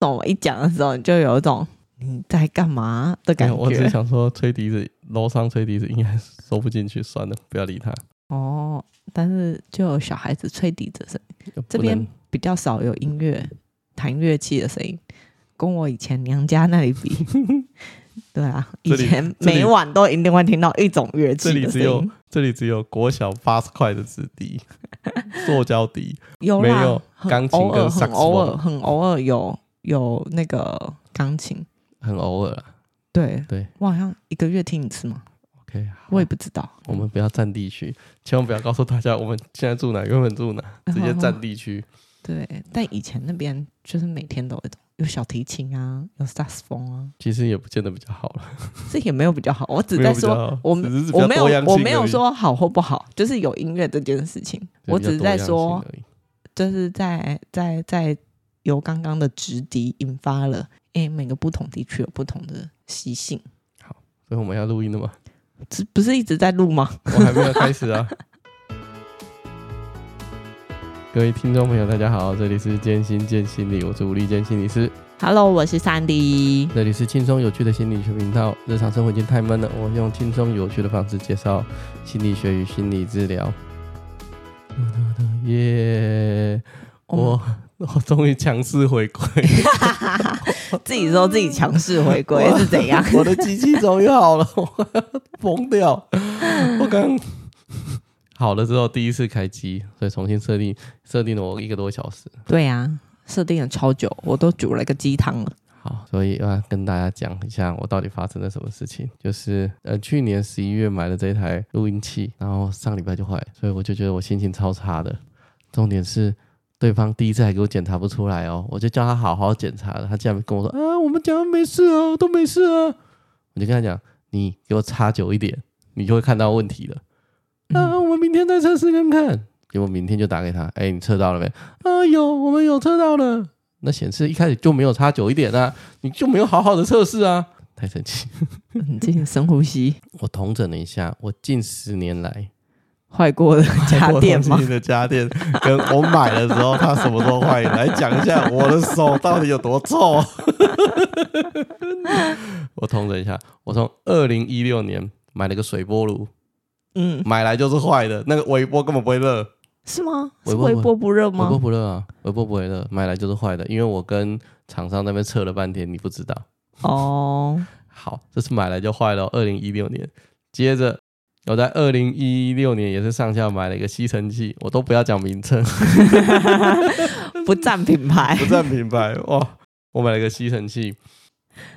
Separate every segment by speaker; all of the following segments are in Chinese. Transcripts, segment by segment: Speaker 1: 懂我一讲的时候，你就有一种你在干嘛的
Speaker 2: 没
Speaker 1: 感
Speaker 2: 有，我只是
Speaker 1: 觉。
Speaker 2: 想说吹笛子，楼上吹笛子应该收不进去，算了，不要理他。
Speaker 1: 哦，但是就有小孩子吹笛子的声音，这
Speaker 2: 不能
Speaker 1: 边比较少有音乐弹乐器的声音，跟我以前娘家那里 比，对啊，以
Speaker 2: 这里
Speaker 1: 前
Speaker 2: 这里
Speaker 1: 每晚都一定会听到一种乐
Speaker 2: 这
Speaker 1: 器
Speaker 2: 里
Speaker 1: 的
Speaker 2: 只
Speaker 1: 声
Speaker 2: 有
Speaker 1: 音，
Speaker 2: 这里只有国小八十块的纸 笛，塑胶笛，
Speaker 1: 有
Speaker 2: 没
Speaker 1: 啦，
Speaker 2: 有
Speaker 1: 很
Speaker 2: 钢琴
Speaker 1: 偶尔
Speaker 2: 跟
Speaker 1: 很偶
Speaker 2: saxophone
Speaker 1: 尔很偶尔有有那个钢琴，
Speaker 2: 很偶尔啊。
Speaker 1: 对
Speaker 2: 对
Speaker 1: 我好像一个月听一次嘛，
Speaker 2: OK，好
Speaker 1: 我也不知道，
Speaker 2: 我们不要占地区，千万不要告诉大家我们现在住哪，原本住哪，
Speaker 1: 嗯
Speaker 2: 直接占地区。
Speaker 1: 对，但以前那边就是每天都有一种有小提琴啊，有萨克斯风啊，
Speaker 2: 其实也不见得比较好了，
Speaker 1: 这也没有比较好。我只
Speaker 2: 没
Speaker 1: 在
Speaker 2: 有比较
Speaker 1: 说，
Speaker 2: 好
Speaker 1: 我
Speaker 2: 只是比
Speaker 1: 我
Speaker 2: 较
Speaker 1: 没有
Speaker 2: 多样性
Speaker 1: 我没有
Speaker 2: 而已，
Speaker 1: 说好或不好，就是有音乐这件事情，
Speaker 2: 对
Speaker 1: 我
Speaker 2: 比较
Speaker 1: 只是在
Speaker 2: 多样
Speaker 1: 说
Speaker 2: 性，而已
Speaker 1: 就是在在在由刚刚的直笛引发了，哎，每个不同地区有不同的习性，
Speaker 2: 所以我们要录音了吗？
Speaker 1: 这不是一直在录吗？
Speaker 2: 我还没有开始 啊。各位听众朋友，大家好，这里是健心健心理，我是吴立健心理师，
Speaker 1: Hello，我是三 D。
Speaker 2: 这里是轻松有趣的心理学频道。日常生活已经太闷了，我用轻松有趣的方式介绍心理学与心理治疗。嗯耶、
Speaker 1: 我
Speaker 2: 我我终于强势回归，
Speaker 1: 们嗯 自己说自己强势回归
Speaker 2: 我
Speaker 1: 是怎样？
Speaker 2: 我的机器终于好了， 我 疯掉！我刚 好了之后第一次开机，所以重新设定，设定了我一个多小时。
Speaker 1: 对啊，设定了超久，我都煮了个鸡汤了。
Speaker 2: 好，所以要跟大家讲一下我到底发生了什么事情。就是呃，去年十一月买了这一台录音器，然后上礼拜就坏了，所以我就觉得我心情超差的。重点是对方第一次还给我检查不出来哦，我就叫他好好检查了，他竟然跟我说啊，我们讲没事啊，都没事啊。我就跟他讲，你给我插久一点，你就会看到问题了。啊，
Speaker 1: 嗯
Speaker 2: 我们明天再测试看看。结果明天就打给他，哎，你测到了没？啊，有，我们有测到了。那显示一开始就没有插久一点啊，你就没有好好的测试啊，太神奇！
Speaker 1: 你进行深呼吸，
Speaker 2: 我统整了一下，我近十年来
Speaker 1: 坏过的家电
Speaker 2: 我
Speaker 1: 吗
Speaker 2: 东？西的家电，跟我买的时候它什么时候坏，来讲一 下我的手到底有多臭。啊我统整一下，我从二零一六年买了个水波炉，
Speaker 1: 嗯，
Speaker 2: 买来就是坏的，那个微波根本不会热，
Speaker 1: 是吗？
Speaker 2: 微
Speaker 1: 是
Speaker 2: 波
Speaker 1: 微波不热
Speaker 2: 微波
Speaker 1: 吗？
Speaker 2: 不热啊，微波不会热，买来就是坏的，因为我跟厂商那边测了半天，你不知道。
Speaker 1: 哦，
Speaker 2: 好，这次买来就坏了、2二零一六年，接着我在二零一六年也是上下买了一个吸尘器，我都不要讲名称，
Speaker 1: 不占品 牌。
Speaker 2: 不占品牌哇。 我买了一个吸尘器，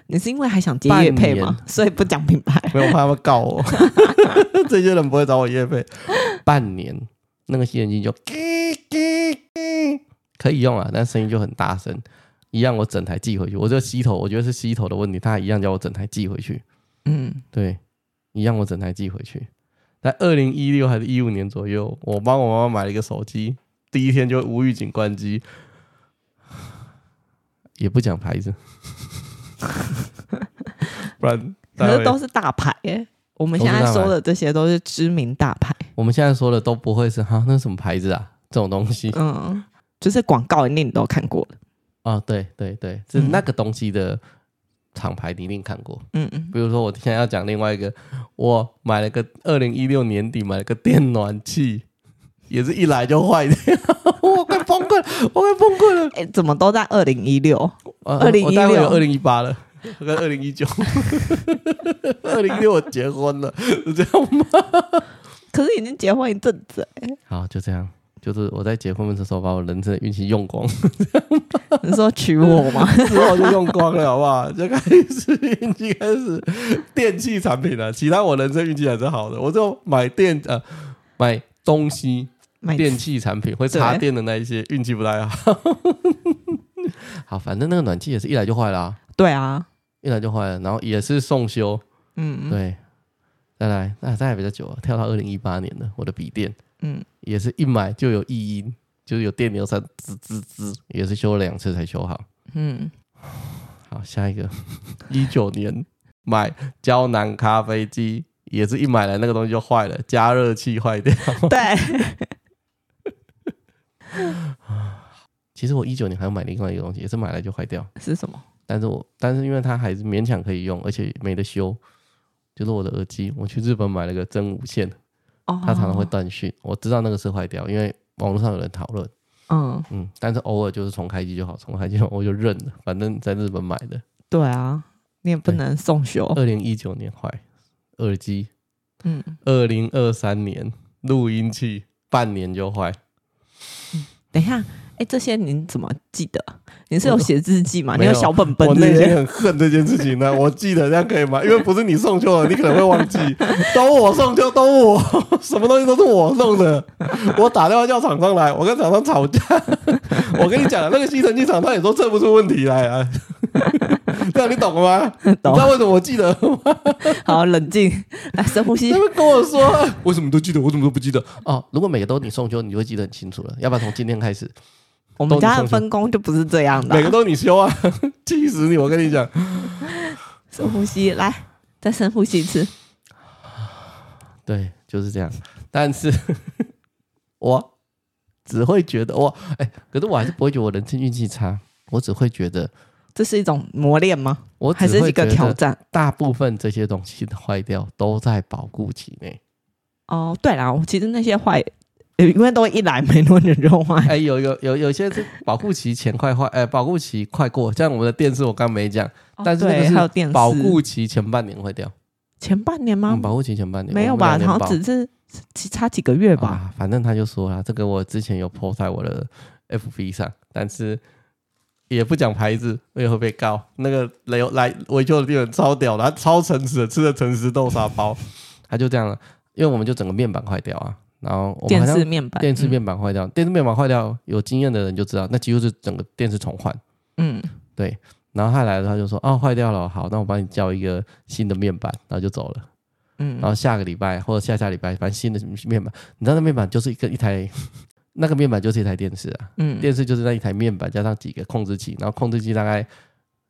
Speaker 1: 你是因为还想接乐配
Speaker 2: 半
Speaker 1: 吗？所以不讲品牌。
Speaker 2: 没有怕他们告 我，这些人不会找我业费。半年那个吸尘器就叽叽叽可以用啊，但声音就很大声。一样，我整台寄回去。我这个吸头，我觉得是吸头的问题，他还一样叫我整台寄回去。
Speaker 1: 嗯，
Speaker 2: 对，一样我整台寄回去。在二零一六还是一五年左右，我帮我妈妈买了一个手机，第一天就无预警关机，也不讲 牌子，不然待
Speaker 1: 可
Speaker 2: 会
Speaker 1: 是都是大牌耶。我们
Speaker 2: 都
Speaker 1: 现
Speaker 2: 是
Speaker 1: 在
Speaker 2: 大牌
Speaker 1: 说的这些都是知名大牌，
Speaker 2: 我们现在说的都不会是哈，那是什么牌子啊？这种东 西
Speaker 1: 嗯，就是广告一定你都看过了。
Speaker 2: 啊，对对对，是
Speaker 1: 嗯
Speaker 2: 那个东西的厂牌，你一定看过。
Speaker 1: 嗯嗯，
Speaker 2: 比如说，我现在要讲另外一个，我买了个二零一六年底买了个电暖器，也是一来就坏掉， 我快崩溃了，我快崩溃了。
Speaker 1: 哎，怎么都在二零一六？
Speaker 2: 呃
Speaker 1: 2016
Speaker 2: 我待会有二零一八了，我跟二零一九， 二零一六我结婚了，是这样吗？
Speaker 1: 可是已经结婚一阵子，
Speaker 2: 好，就这样，就是我在结婚的时候把我人生的运气用光，
Speaker 1: 欸你说娶我 吗？
Speaker 2: 之后就用光了，好不好？就开始运气开始电器产品了、其他我人生运气还是好的，我就买电呃买东西。
Speaker 1: 买
Speaker 2: 电器产品会插电的那一些，运气不太好。 好，反正那个暖气也是一来就坏了、啊，
Speaker 1: 对啊，
Speaker 2: 一来就坏了，然后也是送修。
Speaker 1: 嗯嗯
Speaker 2: 对，再来，那再来比较久了，跳到二零一八年了，我的笔电
Speaker 1: 嗯，
Speaker 2: 也是一买就有异音，就是有电流声，滋滋滋，也是修了两次才修好。
Speaker 1: 嗯，
Speaker 2: 好，下一个， 一九年买胶囊咖啡机，也是一买来那个东西就坏了，加热器坏掉。
Speaker 1: 对，
Speaker 2: 其实我一九年还有买另外一个东西，也是买来就坏掉，
Speaker 1: 是什么？
Speaker 2: 但是我但是因为它还是勉强可以用，而且没得修，就是我的耳机，我去日本买了个真无线，
Speaker 1: 哦，
Speaker 2: 它常常会断讯，我知道那个是坏掉，因为网络上有人讨论，
Speaker 1: 嗯，
Speaker 2: 嗯，但是偶尔就是重开机就好，重开机我就认了，反正在日本买的，
Speaker 1: 对啊，你也不
Speaker 2: 对
Speaker 1: 能送修，
Speaker 2: 二零一九年坏耳机，
Speaker 1: 嗯，
Speaker 2: 二零二三年录音器半年就坏，
Speaker 1: 等一下，哎、这些你怎么记得？你是有
Speaker 2: 我
Speaker 1: 写日记吗？你
Speaker 2: 没有
Speaker 1: 有小本本
Speaker 2: 我
Speaker 1: 是不
Speaker 2: 内心
Speaker 1: 是？
Speaker 2: 很恨这件事情 呢、我记得这样可以吗？因为不是你送修的，你可能会 忘记，都我送修，都我， 什么东西都是我送的。我打电话叫厂商来，我跟厂商吵 架。我跟你讲，那个吸尘器厂商也都测不出问题来 啊。这样你 懂了吗？你
Speaker 1: 懂
Speaker 2: 知道为什么我记得？
Speaker 1: 好，冷静，来深呼 吸
Speaker 2: 他。们跟我说，为什么都记得，我怎么都不记得？哦，如果每个都你送修，你就会记得很清楚了。要不然从今天开始，
Speaker 1: 我们
Speaker 2: 懂你
Speaker 1: 家
Speaker 2: 送
Speaker 1: 的
Speaker 2: 修
Speaker 1: 分工就不是这样的
Speaker 2: 每个
Speaker 1: 啊、
Speaker 2: 都你修啊， 气死你！我跟你讲，
Speaker 1: 深呼吸，来，再深呼吸一次。
Speaker 2: 对，就是这样。但是 我只会觉得我哎、可是我还是不会觉得我人生运气差，我只会觉得
Speaker 1: 这是一种磨练吗？
Speaker 2: 我
Speaker 1: 还
Speaker 2: 只
Speaker 1: 是
Speaker 2: 会
Speaker 1: 一个
Speaker 2: 觉
Speaker 1: 挑
Speaker 2: 得
Speaker 1: 战？
Speaker 2: 大部分这些东西的坏掉都在保固期内。
Speaker 1: 哦，对啦，我其实那些坏，呃因为都一来没多久就坏。
Speaker 2: 哎、有有有有些是保固期前快坏，哎、保固期快过，像我们的电视我刚没讲，
Speaker 1: 哦
Speaker 2: 但是那
Speaker 1: 对，
Speaker 2: 个
Speaker 1: 还有
Speaker 2: 是
Speaker 1: 电视
Speaker 2: 保固期前半年坏掉，
Speaker 1: 前半年吗
Speaker 2: 嗯，？保固期前半年
Speaker 1: 没有
Speaker 2: 我们
Speaker 1: 吧，
Speaker 2: 两年
Speaker 1: 好
Speaker 2: 保
Speaker 1: 像只是只差几个月吧。
Speaker 2: 啊，反正他就说啦，这个我之前有 po 在我的 FB 上，但是也不讲牌子，我也会被告。那个来来维修的店员超屌的，他超诚实的，吃的诚实豆沙包，他就这样了。因为我们就整个面板坏掉啊，然后我们
Speaker 1: 电
Speaker 2: 好像
Speaker 1: 视面板，嗯
Speaker 2: 电视面板坏掉，电视面板坏掉，有经验的人就知道，那几乎是整个电视重换。
Speaker 1: 嗯，嗯，
Speaker 2: 然后他来了，他就说：“哦，坏掉了，好，那我帮你叫一个新的面板。”然后就走了。
Speaker 1: 嗯，
Speaker 2: 然后下个礼拜或者下下礼拜，反正新的面板，你知道那面板就是一个一台， 那个面板就是一台电视啊，
Speaker 1: 嗯，
Speaker 2: 电视就是那一台面板加上几个控制器，然后控制器大概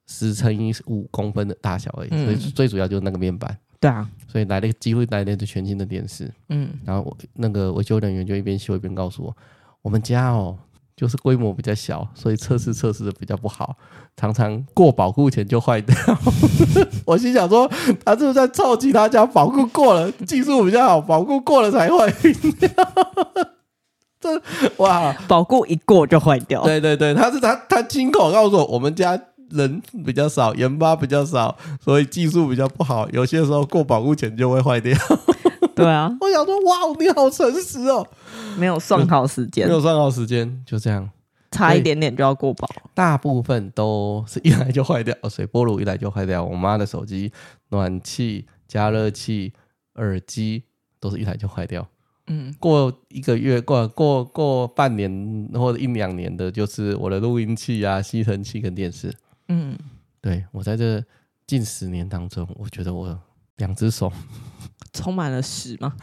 Speaker 2: 十乘以五公分的大小而已，
Speaker 1: 嗯
Speaker 2: 所以最主要就是那个面板，
Speaker 1: 对啊，
Speaker 2: 所以来了机会来了一个全新的电视，
Speaker 1: 嗯，
Speaker 2: 然后我那个维修人员就一边修一边告诉我，我们家哦。就是规模比较小，所以测试测试的比较不好，常常过保固前就坏掉。 我心想说，他是不是在凑齐他家保固过了，技术比较好，保固过了才坏掉？ 这哇，
Speaker 1: 保固一过就坏掉。
Speaker 2: 对对对，他是他他亲口告诉我，我们家人比较少，研发比较少，所以技术比较不好，有些时候过保护前就会坏掉。
Speaker 1: 对啊，
Speaker 2: 我想说，哇，你好诚实哦，
Speaker 1: 没有算好时间
Speaker 2: 没，有算好时间，就这样。
Speaker 1: 差一点点就要过保。
Speaker 2: 大部分都是一来就坏掉，水波炉一来就坏掉，我妈的手机、暖气、加热器、耳机都是一来就坏掉。
Speaker 1: 嗯，
Speaker 2: 过一个月，过过过半年或者一两年的，就是我的录音器啊、吸尘器跟电视。
Speaker 1: 嗯，
Speaker 2: 对我在这近十年当中，我觉得我两只手
Speaker 1: 充满了屎吗？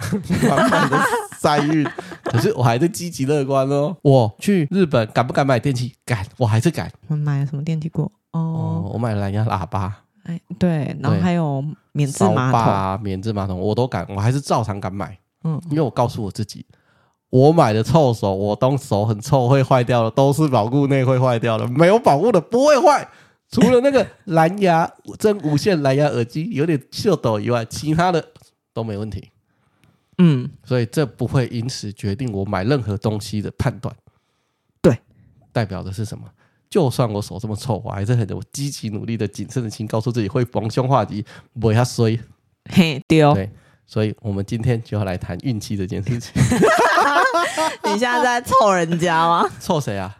Speaker 2: 满满的塞运， 可是我还是积极乐观哦。我去日本敢不敢买电器？敢，我还是敢。
Speaker 1: 我们买了什么电器锅？
Speaker 2: 哦
Speaker 1: 哦，，
Speaker 2: 我买了蓝牙喇叭、
Speaker 1: 哎，对，然后
Speaker 2: 对
Speaker 1: 还有免治
Speaker 2: 扫
Speaker 1: 马
Speaker 2: 把
Speaker 1: 桶，
Speaker 2: 啊、免治马桶，我都敢，我还是照常敢买，
Speaker 1: 嗯，
Speaker 2: 因为我告诉我自己。我买的臭手，我当手很臭会坏掉的，都是保护内会坏掉的，没有保护的不会坏。除了那个蓝牙真无线蓝牙耳机有点秀抖以外，其他的都没问题。
Speaker 1: 嗯，
Speaker 2: 所以这不会因此决定我买任何东西的判断。
Speaker 1: 对，
Speaker 2: 代表的是什么？就算我手这么臭，我还是很有积极努力的、谨慎的心，告诉自己会逢凶化吉，不会衰。
Speaker 1: 嘿，丢
Speaker 2: 对，所以我们今天就要来谈运气这件 事情。
Speaker 1: 你现在在凑人家吗？
Speaker 2: 臭谁啊？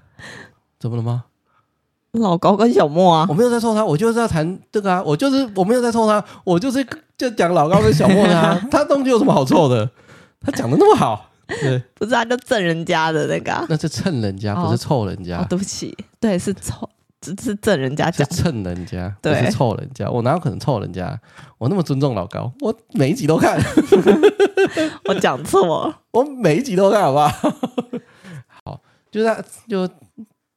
Speaker 2: 怎么了吗？
Speaker 1: 老高跟小莫啊
Speaker 2: 我，没有在臭他，我就是要谈这个啊，我就是我没有在臭他，我就是就讲老高跟小莫 的啊，他东西有什么好臭的？他讲的那么好，对，
Speaker 1: 不是啊，就挣人家的那个啊。
Speaker 2: 那是蹭人家，不是臭人家。
Speaker 1: 哦，对不起，对，是凑，只是挣人家
Speaker 2: 啊是
Speaker 1: 讲。
Speaker 2: 蹭人家，不
Speaker 1: 对
Speaker 2: 是臭人家。我哪有可能臭人家？我那么尊重老高，我每一集都 看，
Speaker 1: 我讲错了，
Speaker 2: 我每一集都看，好不 好？好，就是他就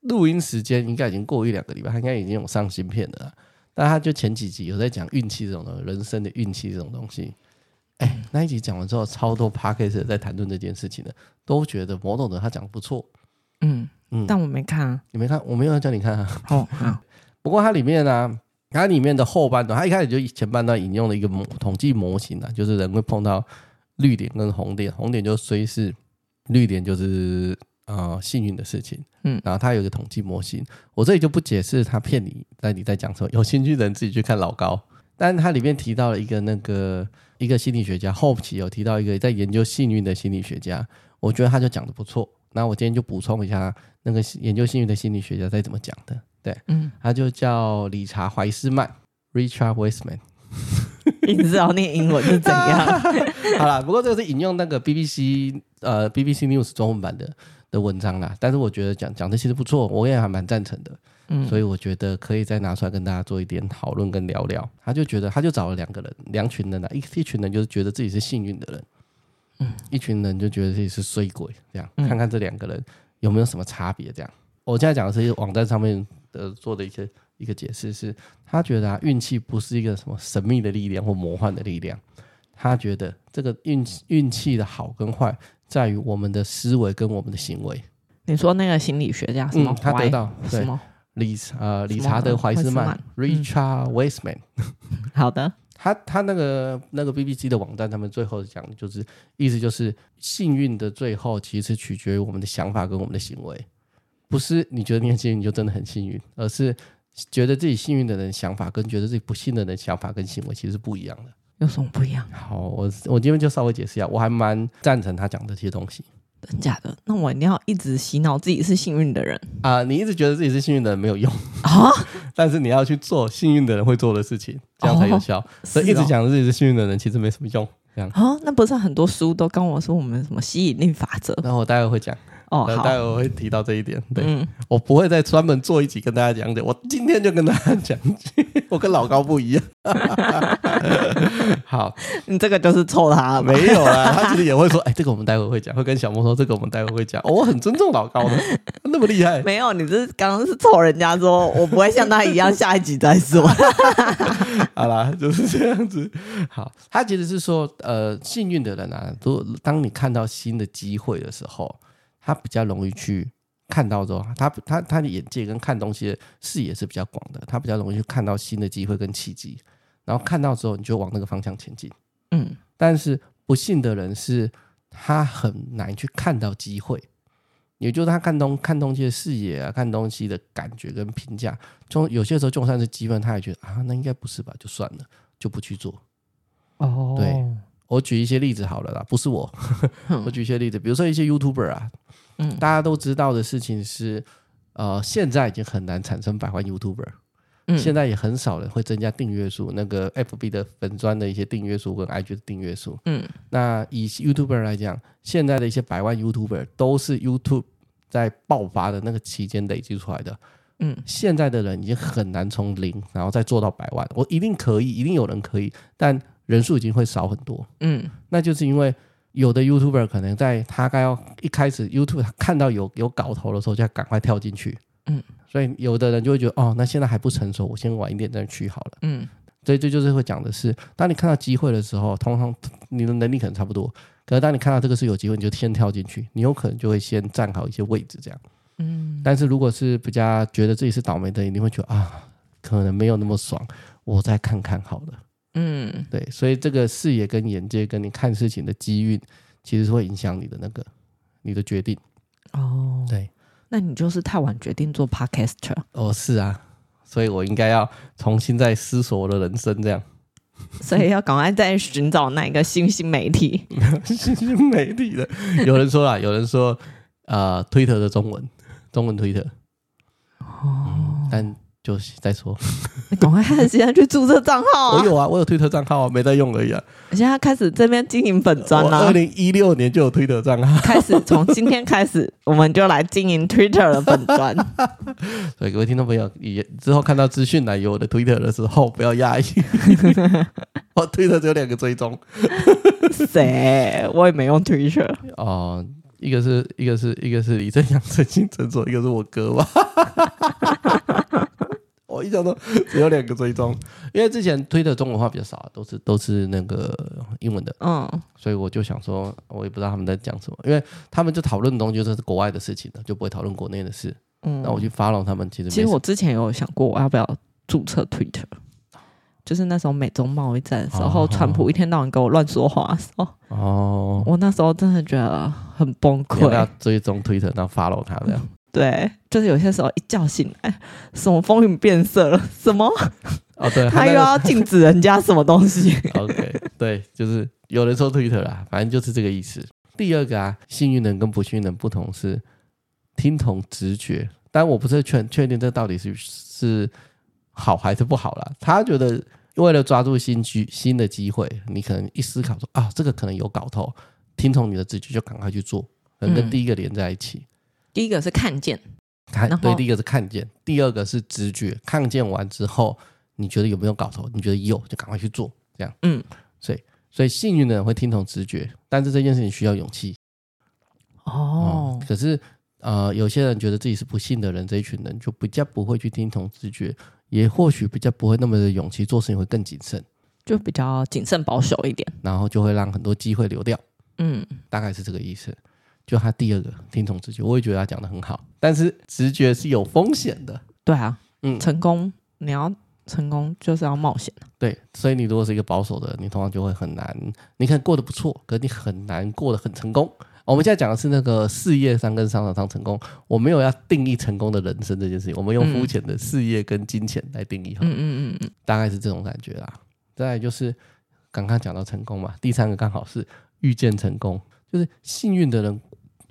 Speaker 2: 录音时间应该已经过一两个礼拜，他应该已经有上新片了啦。但他就前几集有在讲运气这种东西，人生的运气这种东西。哎、那一集讲完之后，超多 p a c k a g e 在谈论这件事情的，都觉得某种的他讲得不错，
Speaker 1: 嗯，
Speaker 2: 嗯，
Speaker 1: 但我没看啊。
Speaker 2: 你没看，我没有要叫你看啊。
Speaker 1: 哦， 好，
Speaker 2: 不过它里面啊，它里面的后半段，它一开始就前半段引用了一个模统计模型啊，就是人会碰到绿点跟红点，红点就虽是，绿点就是呃幸运的事情。
Speaker 1: 嗯
Speaker 2: 然后它有一个统计模型，我这里就不解释它骗你，在你在讲什么，有兴趣的人自己去看老高。但它里面提到了一个那个一个心理学家，后期有提到一个在研究幸运的心理学家，我觉得他就讲的不错。那我今天就补充一下那个研究幸运的心理学家在怎么讲的。
Speaker 1: 嗯，
Speaker 2: 他就叫理查怀斯曼 （Richard Wiseman）。
Speaker 1: 你知道念英文是怎样？
Speaker 2: 好啦，不过这个是引用那个 BBC 呃 BBC News 中文版的的文章啦，但是我觉得讲讲的其实不错，我也还蛮赞成的，
Speaker 1: 嗯
Speaker 2: 所以我觉得可以再拿出来跟大家做一点讨论跟聊聊。他就觉得他就找了两个人，两群人啊，一一群人就是觉得自己是幸运的人，嗯，一群人就觉得自己是衰鬼，这样、
Speaker 1: 嗯
Speaker 2: 看看这两个人有没有什么差别。这样，我现在讲的是网站上面的呃做的一些一个解释是，他觉得啊，运气不是一个什么神秘的力量或魔幻的力量，他觉得这个运运气的好跟坏，在于我们的思维跟我们的行为。
Speaker 1: 你说那个心理学啊家什么
Speaker 2: 嗯，他
Speaker 1: 怀
Speaker 2: 得到
Speaker 1: 什
Speaker 2: 对
Speaker 1: 么？
Speaker 2: 理呃理查德怀斯曼嗯
Speaker 1: 怀斯曼
Speaker 2: （Richard Wiseman），、
Speaker 1: 好的，
Speaker 2: 他他那个那个 BBC 的网站，他们最后讲的就是意思就是幸运的最后其实取决于我们的想法跟我们的行为，不是你觉得你很幸运你就真的很幸运，而是觉得自己幸运的人想法跟觉得自己不幸的人想法跟行为其实是不一样的。
Speaker 1: 有什么不一样？
Speaker 2: 好，我我今天就稍微解释一下，我还蛮赞成他讲这些东西
Speaker 1: 真假的？那我一定要一直洗脑自己是幸运的人
Speaker 2: 啊、你一直觉得自己是幸运的人没有用，
Speaker 1: 啊？
Speaker 2: 但是你要去做幸运的人会做的事情，这样才有效。所以一直
Speaker 1: 是哦
Speaker 2: 讲自己是幸运的人其实没什么用。这样，
Speaker 1: 啊？那不是很多书都跟我说我们什么吸引力法则？
Speaker 2: 然后我待会会讲。
Speaker 1: 哦，
Speaker 2: 呃，
Speaker 1: 好，
Speaker 2: 待会我会提到这一点。对、
Speaker 1: 嗯，
Speaker 2: 我不会再专门做一集跟大家讲解，我今天就跟大家讲解，我跟老高不一 样。好，
Speaker 1: 你这个就是臭他了吧？
Speaker 2: 没有啦，他其实也会说，哎，这个我们待会会讲，会跟小莫说这个我们待会会讲、哦我很尊重老高的，那么厉害。
Speaker 1: 没有，你这刚刚是臭人家说，我不会像他一样，下一集再说。
Speaker 2: 好啦，就是这样子。好，他其实是说，呃，幸运的人啊，如果当你看到新的机会的时候，他比较容易去看到之后，他他他的眼界跟看东西的视野是比较广的，他比较容易去看到新的机会跟契机，然后看到之后你就往那个方向前进。
Speaker 1: 嗯，
Speaker 2: 但是不幸的人是，他很难去看到机会，也就是他看东看东西的视野啊，看东西的感觉跟评价，从有些时候就算是积分，他也觉得啊，那应该不是吧，就算了，就不去做。
Speaker 1: 哦
Speaker 2: 对我举一些例子好了啦，不是我， 我举一些例子，比如说一些 YouTuber 啊，
Speaker 1: 嗯
Speaker 2: 大家都知道的事情是，呃，现在已经很难产生百万 YouTuber，、
Speaker 1: 嗯
Speaker 2: 现在也很少人会增加订阅数，那个 FB 的粉砖的一些订阅数跟 IG 的订阅数，
Speaker 1: 嗯，
Speaker 2: 那以 YouTuber 来讲，现在的一些百万 YouTuber 都是 YouTube 在爆发的那个期间累积出来的。
Speaker 1: 嗯，
Speaker 2: 现在的人已经很难从零，然后再做到百万。我一定可以，一定有人可以，但人数已经会少很多。
Speaker 1: 嗯
Speaker 2: 那就是因为有的 YouTuber 可能在他该要一开始 YouTube 他看到有有搞头的时候，就要赶快跳进去。
Speaker 1: 嗯，
Speaker 2: 所以有的人就会觉得，哦，那现在还不成熟，我先晚一点再去好了。
Speaker 1: 嗯
Speaker 2: 所以这就是会讲的是，当你看到机会的时候，通常你的能力可能差不多，可是当你看到这个是有机会，你就先跳进去，你有可能就会先占好一些位置这样。
Speaker 1: 嗯，
Speaker 2: 但是如果是比较觉得自己是倒霉的，你会觉得啊，可能没有那么爽，我再看看好了。
Speaker 1: 嗯，
Speaker 2: 对，所以这个视野跟眼界跟你看事情的机遇，其实是会影响你的那个你的决定。
Speaker 1: 哦，
Speaker 2: 对，
Speaker 1: 那你就是太晚决定做 podcaster，
Speaker 2: 哦，是啊，所以我应该要重新再思索我的人生这样。
Speaker 1: 所以要赶快再寻找那一个新兴媒体。
Speaker 2: 新兴媒体的。有人说啦，有人说，呃，推特的中文，中文推特，
Speaker 1: 哦，
Speaker 2: 但就是再说，
Speaker 1: 你赶快开始现在去注册账号啊
Speaker 2: 我！有啊，我有推特账号啊，没在用而已啊。
Speaker 1: 我现在开始这边经营粉砖
Speaker 2: 我
Speaker 1: 啦、
Speaker 2: 二零一六年就有推特账 号，
Speaker 1: 开始从今天开始，我们就来经营 Twitter 的粉 砖。
Speaker 2: 所以各位听众朋友，也之后看到资讯栏有我的推特的时候，不要讶异。我推特只有两个追踪
Speaker 1: 谁？我也没用 Twitter。
Speaker 2: 哦、一个是一个 是一个是李正阳身心诊所，一个是我哥吧。我我印象中只有两个追踪，因为之前推的中文话比较少啊，都是都是那个英文的，
Speaker 1: 嗯，
Speaker 2: 所以我就想说，我也不知道他们在讲什么，因为他们就讨论的东西就是国外的事情了，就不会讨论国内的事。
Speaker 1: 嗯
Speaker 2: 那我去 follow 他们，其实没
Speaker 1: 其实
Speaker 2: 什
Speaker 1: 我
Speaker 2: 么
Speaker 1: 之前有想过，我要不要注册 Twitter？就是那时候美中贸易战的时
Speaker 2: 哦
Speaker 1: 候，川普一天到晚给我乱说话的时候，
Speaker 2: 哦，
Speaker 1: 我那时候真的觉得很崩
Speaker 2: 你要不要
Speaker 1: 溃。
Speaker 2: 追踪推特，然后 follow 他这样？
Speaker 1: 对，就是有些时候一觉醒来，什么风云变色了，什么
Speaker 2: 哦，对，
Speaker 1: 他
Speaker 2: 那
Speaker 1: 又
Speaker 2: 个
Speaker 1: 要禁止人家什么东西。
Speaker 2: OK，对，就是有人说 Twitter 啦，反正就是这个意思。第二个啊，幸运人跟不幸运人不同是听从直觉，但我不是确确定这到底是是好还是不好啦。他觉得为了抓住新机新的机会，你可能一思考说啊，这个可能有搞头，听从你的直觉就赶快去做，可能跟
Speaker 1: 嗯
Speaker 2: 第一个连在一起。
Speaker 1: 第一个是看见，
Speaker 2: 看
Speaker 1: 然后
Speaker 2: 对，第一个是看见，第二个是直觉。看见完之后，你觉得有没有搞头？你觉得有，就赶快去做，这样。
Speaker 1: 嗯，
Speaker 2: 所以所以幸运的人会听从直觉，但是这件事情需要勇气。
Speaker 1: 哦
Speaker 2: 嗯，可是呃，有些人觉得自己是不幸的人，这一群人就比较不会去听从直觉，也或许比较不会那么的勇气，做事情会更谨慎，
Speaker 1: 就比较谨慎保守一点。
Speaker 2: 然后就会让很多机会流掉。
Speaker 1: 嗯，
Speaker 2: 大概是这个意思。就他第二个听从直觉，我也觉得他讲的很好，但是直觉是有风险的。
Speaker 1: 对啊，
Speaker 2: 嗯，
Speaker 1: 成功你要成功就是要冒险。啊
Speaker 2: 对，所以你如果是一个保守的人，你通常就会很难，你可能过得不错，可是你很难过得很成功。我们现在讲的是那个事业上跟商场上成功，我没有要定义成功的人生这件事情，我们用
Speaker 1: 嗯
Speaker 2: 肤浅的事业跟金钱来定义好了，
Speaker 1: 嗯嗯嗯嗯，
Speaker 2: 大概是这种感觉啦。再来就是刚刚讲到成功嘛，第三个刚好是遇见成功，就是幸运的人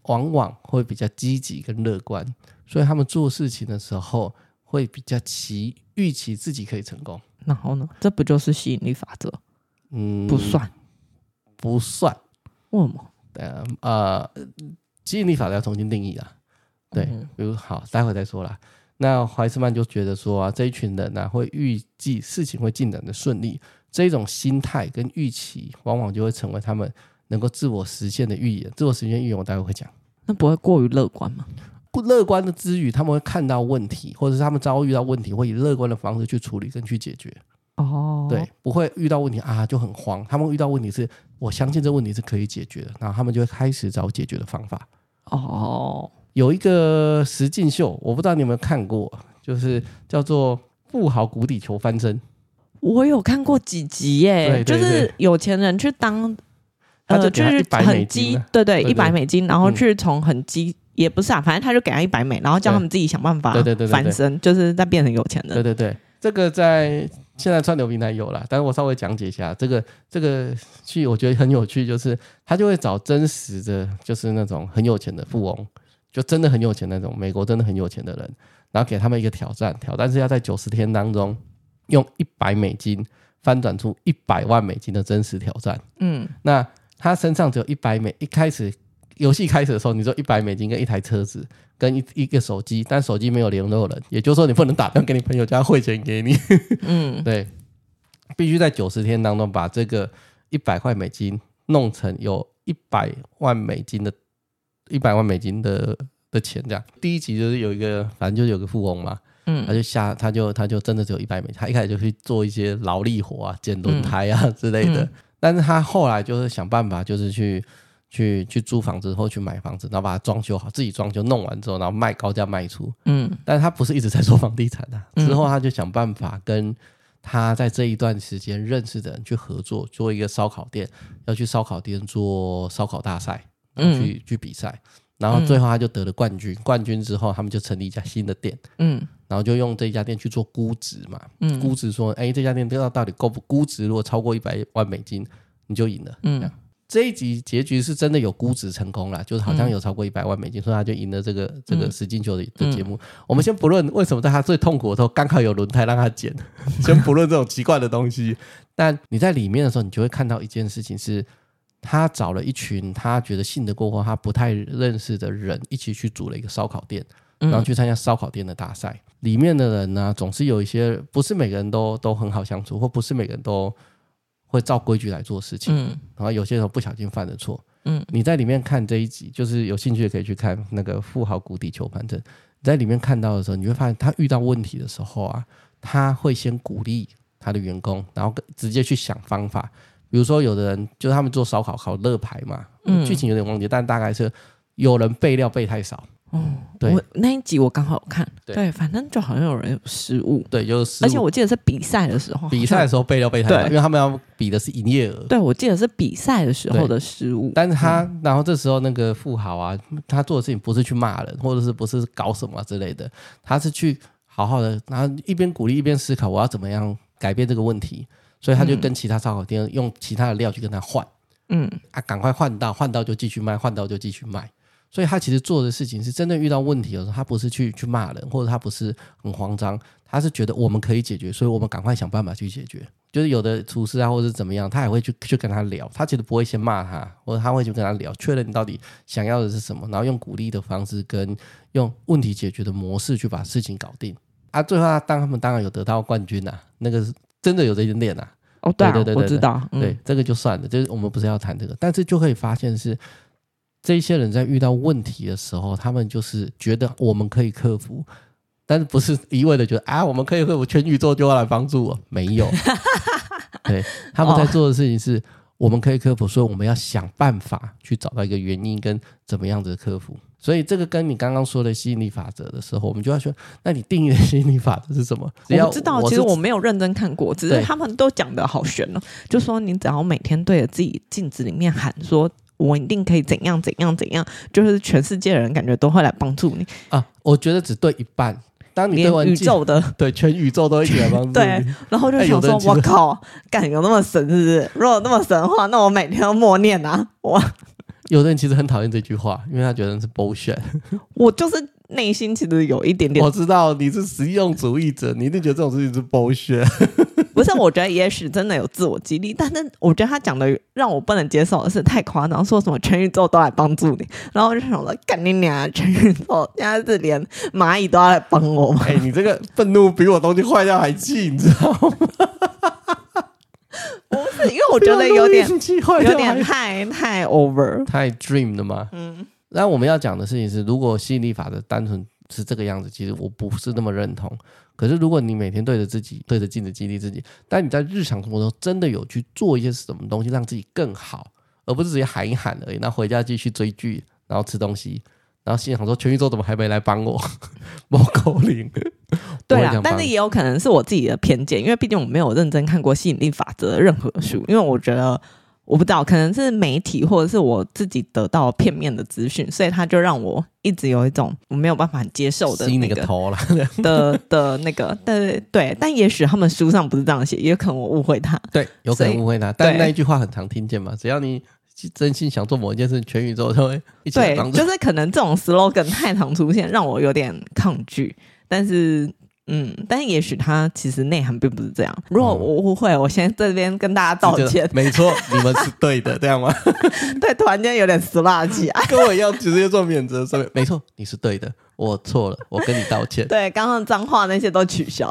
Speaker 2: 往往会比较积极跟乐观，所以他们做事情的时候会比较期预期自己可以成功。
Speaker 1: 然后呢？这不就是吸引力法则？
Speaker 2: 嗯，
Speaker 1: 不算，
Speaker 2: 不算，
Speaker 1: 为什么？
Speaker 2: 呃呃，吸引力法则要重新定义啊。对，
Speaker 1: 嗯
Speaker 2: 比如好，待会再说啦。那怀斯曼就觉得说啊，这一群人呢、会预计事情会进展的顺利，这种心态跟预期，往往就会成为他们能够自我实现的预言。自我实现预言，我待会会讲。
Speaker 1: 那不会过于乐观吗？
Speaker 2: 不乐观的之余，他们会看到问题，或者是他们遭遇到问题，会以乐观的方式去处理跟去解决。
Speaker 1: 哦，
Speaker 2: 对，，不会遇到问题啊就很慌。他们遇到问题是，我相信这问题是可以解决的，然后他们就会开始找解决的方法。
Speaker 1: 哦，
Speaker 2: 有一个实境秀，我不知道你有没有看过，就是叫做《富豪谷底求翻身》，
Speaker 1: 我有看过几集耶
Speaker 2: 对，对
Speaker 1: 就是有钱人去当，
Speaker 2: 他就
Speaker 1: 呃，
Speaker 2: 给
Speaker 1: 就
Speaker 2: 他
Speaker 1: 是
Speaker 2: 100美
Speaker 1: 很
Speaker 2: 金
Speaker 1: 鸡
Speaker 2: 啊，
Speaker 1: 对对，
Speaker 2: 对对
Speaker 1: 一百美金，然后
Speaker 2: 嗯
Speaker 1: 去从很鸡。也不是啊，反正他就给他一百美，然后叫
Speaker 2: 对
Speaker 1: 他们自己想办法
Speaker 2: 对对对对对
Speaker 1: 翻身，就是再变成有钱
Speaker 2: 对
Speaker 1: 人。
Speaker 2: 对对，这个在现在串流平台有了，但是我稍微讲解一下这个这个剧，我觉得很有趣，就是他就会找真实的，就是那种很有钱的富翁，就真的很有钱那种，美国真的很有钱的人，然后给他们一个挑战，挑战是要在九十天当中用一百美金翻转出一百万美金的真实挑战。
Speaker 1: 嗯，
Speaker 2: 那他身上只有一百美，一开始游戏开始的时候，你说一百美金跟一台车子跟一一个手机，但手机没有联络人，也就是说你不能打电话给你朋友叫他汇钱给你，
Speaker 1: 嗯，
Speaker 2: 对，必须在九十天当中把这个一百块美金弄成有一百万美金的，一百万美金的的钱这样。第一集就是有一个，反正就是有个富翁嘛，
Speaker 1: 嗯
Speaker 2: 他就下，他就他就真的只有一百美金，他一开始就去做一些劳力活啊，捡轮胎啊、 之类的
Speaker 1: 嗯。
Speaker 2: 但是他后来就是想办法，就是去去去租房子或去买房子，然后把它装修好，自己装修弄完之后，然后卖高价卖出。
Speaker 1: 嗯
Speaker 2: 但是他不是一直在做房地产啊，
Speaker 1: 嗯
Speaker 2: 之后他就想办法跟他在这一段时间认识的人去合作，做一个烧烤店，要去烧烤店做烧烤大赛，然
Speaker 1: 嗯
Speaker 2: 后去、去比赛，然后最后他就得了冠军。冠军之后，他们就成立一家新的店，
Speaker 1: 嗯
Speaker 2: 然后就用这家店去做估值嘛，
Speaker 1: 嗯
Speaker 2: 估值说，哎，这家店到到底够不估值？如果超过一百万美金，你就赢了。
Speaker 1: 嗯
Speaker 2: 这一集结局是真的有估值成功啦，就是好像有超过一百万美金，所以他就赢了这个这个实境秀的的节目。我们先不论为什么在他最痛苦的时候刚好有轮胎让他捡，先不论这种奇怪的东西。但你在里面的时候，你就会看到一件事情是。他找了一群他觉得信得过或他不太认识的人一起去组了一个烧烤店，然后
Speaker 1: 嗯
Speaker 2: 去参加烧烤店的大赛。里面的人呢，总是有一些不是每个人都都很好相处，或不是每个人都会照规矩来做事情。
Speaker 1: 嗯
Speaker 2: 然后有些时候不小心犯了错。
Speaker 1: 嗯
Speaker 2: 你在里面看这一集，就是有兴趣的可以去看那个《富豪谷底求翻身》。你在里面看到的时候，你会发现他遇到问题的时候啊，他会先鼓励他的员工，然后跟直接去想方法。比如说，有的人就他们做烧烤烤乐牌嘛，
Speaker 1: 嗯
Speaker 2: 剧情有点忘记，但大概是有人备料备太少，
Speaker 1: 哦，
Speaker 2: 对
Speaker 1: 我那一集我刚好有看，
Speaker 2: 对
Speaker 1: 对，反正就好像有人有失误，
Speaker 2: 对，就是
Speaker 1: 而且我记得是比赛的时候，
Speaker 2: 比赛的时候备料备太
Speaker 1: 对
Speaker 2: 少，因为他们要比的是营业额
Speaker 1: 候，。对我记得是比赛的时候
Speaker 2: 对
Speaker 1: 的失误，
Speaker 2: 但是他，然后这时候那个富豪啊，他做的事情不是去骂人，或者是不是搞什么、之类的，他是去好好的，然后一边鼓励一边思考我要怎么样改变这个问题，所以他就跟其他烧烤店用其他的料去跟他换
Speaker 1: 嗯
Speaker 2: 啊，赶快换到，换到就继续卖，换到就继续卖。所以他其实做的事情是真的遇到问题的时候，他不是去去骂人，或者他不是很慌张，他是觉得我们可以解决，所以我们赶快想办法去解决。就是有的厨师啊，或者是怎么样，他也会去去跟他聊，他其实不会先骂他，或者他会去跟他聊，确认你到底想要的是什么，然后用鼓励的方式跟用问题解决的模式去把事情搞定。啊，最后他当他们当然有得到冠军啊，那个是真的有这间店啊，
Speaker 1: 哦，对啊，
Speaker 2: 对对对对
Speaker 1: 我知道，嗯
Speaker 2: 对，，这个就算了，就是我们不是要谈这个，但是就可以发现是这些人在遇到问题的时候，他们就是觉得我们可以克服，但是不是一味的觉得啊，我们可以克服，全宇宙就要来帮助我？没有， 对，他
Speaker 1: 哦
Speaker 2: 们在做的事情是。我们可以克服，所以我们要想办法去找到一个原因跟怎么样子克服。所以这个跟你刚刚说的吸引力法则的时候，我们就要说，那你定义的吸引力法则是什么？只
Speaker 1: 我
Speaker 2: 要
Speaker 1: 不知道，
Speaker 2: 是
Speaker 1: 其实我没有认真看过，只是
Speaker 2: 对
Speaker 1: 他们都讲的好玄哦，就说你只要每天对着自己镜子里面喊说。我一定可以怎样怎样怎样，就是全世界的人感觉都会来帮助你，
Speaker 2: 啊，我觉得只对一半。当你对
Speaker 1: 连
Speaker 2: 完
Speaker 1: 宇
Speaker 2: 镜
Speaker 1: 宙的，
Speaker 2: 对，全宇宙都一起来帮助你。
Speaker 1: 对然后就
Speaker 2: 哎有
Speaker 1: 想
Speaker 2: 的
Speaker 1: 说，
Speaker 2: 人其实
Speaker 1: 我靠，干有那么神是不是？如果有那么神的话，那我每天都默念啊，我
Speaker 2: 有的人其实很讨厌这句话，因为他觉得是 bullshit。
Speaker 1: 我就是内心其实有一点点
Speaker 2: 我，知道你是实用主义者，你一定觉得这种事情是 bullshit。
Speaker 1: 不是，我觉得也许真的有自我激励，但是我觉得他讲的让我不能接受的是太夸张，说什么全宇宙都来帮助你，然后我就想说，干你娘，啊全宇宙现在是连蚂蚁都要来帮我吗？
Speaker 2: 哎、你这个愤怒比我东西坏掉还气，你知道吗？
Speaker 1: 不是，因为 我觉得有点
Speaker 2: 比我东西坏
Speaker 1: 有
Speaker 2: 掉
Speaker 1: 点太
Speaker 2: 还
Speaker 1: 太 over，
Speaker 2: 太 dream 了嘛。嗯。那我们要讲的事情是，如果吸引力法则单纯是这个样子，其实我不是那么认同。可是如果你每天对着自己、对着镜子激励自己，但你在日常生活中真的有去做一些什么东西让自己更好，而不是直接喊一喊而已，那回家继续追剧，然后吃东西。然后心想说：“全宇宙怎么还没来帮我？ 猫狗灵，
Speaker 1: 对
Speaker 2: 不会这
Speaker 1: 啊
Speaker 2: 样，
Speaker 1: 但
Speaker 2: 帮
Speaker 1: 是也有可能是我自己的偏见，因为毕竟我没有认真看过吸引力法则的任何
Speaker 2: 嗯
Speaker 1: 书，因为我觉得我不知道，可能是媒体或者是我自己得到片面的资讯，所以他就让我一直有一种我没有办法接受的
Speaker 2: 吸
Speaker 1: 那
Speaker 2: 你个
Speaker 1: 个
Speaker 2: 头了。
Speaker 1: 的的那个，对对，但也许他们书上不是这样写，也有可能我误会 他。
Speaker 2: 对，有可
Speaker 1: 所
Speaker 2: 能
Speaker 1: 以
Speaker 2: 误会他，但
Speaker 1: 对
Speaker 2: 那一句话很常听见嘛。只要你真心想做某一件事，全宇宙都会一起来
Speaker 1: 对
Speaker 2: 帮，助。
Speaker 1: 就是可能这种 slogan 太常出现，让我有点抗拒。但是，嗯，但也许他其实内涵并不是这样。如果
Speaker 2: 嗯
Speaker 1: 我误会，我先在这边跟大家道
Speaker 2: 就觉
Speaker 1: 歉
Speaker 2: 得。没错，你们是对的，这 样吗？
Speaker 1: 对，突然间有点死辣气 啊！
Speaker 2: 跟我一样直接做免责声明。没错，你是对的，我错了，我跟你道歉。
Speaker 1: 对，刚刚脏话那些都取消。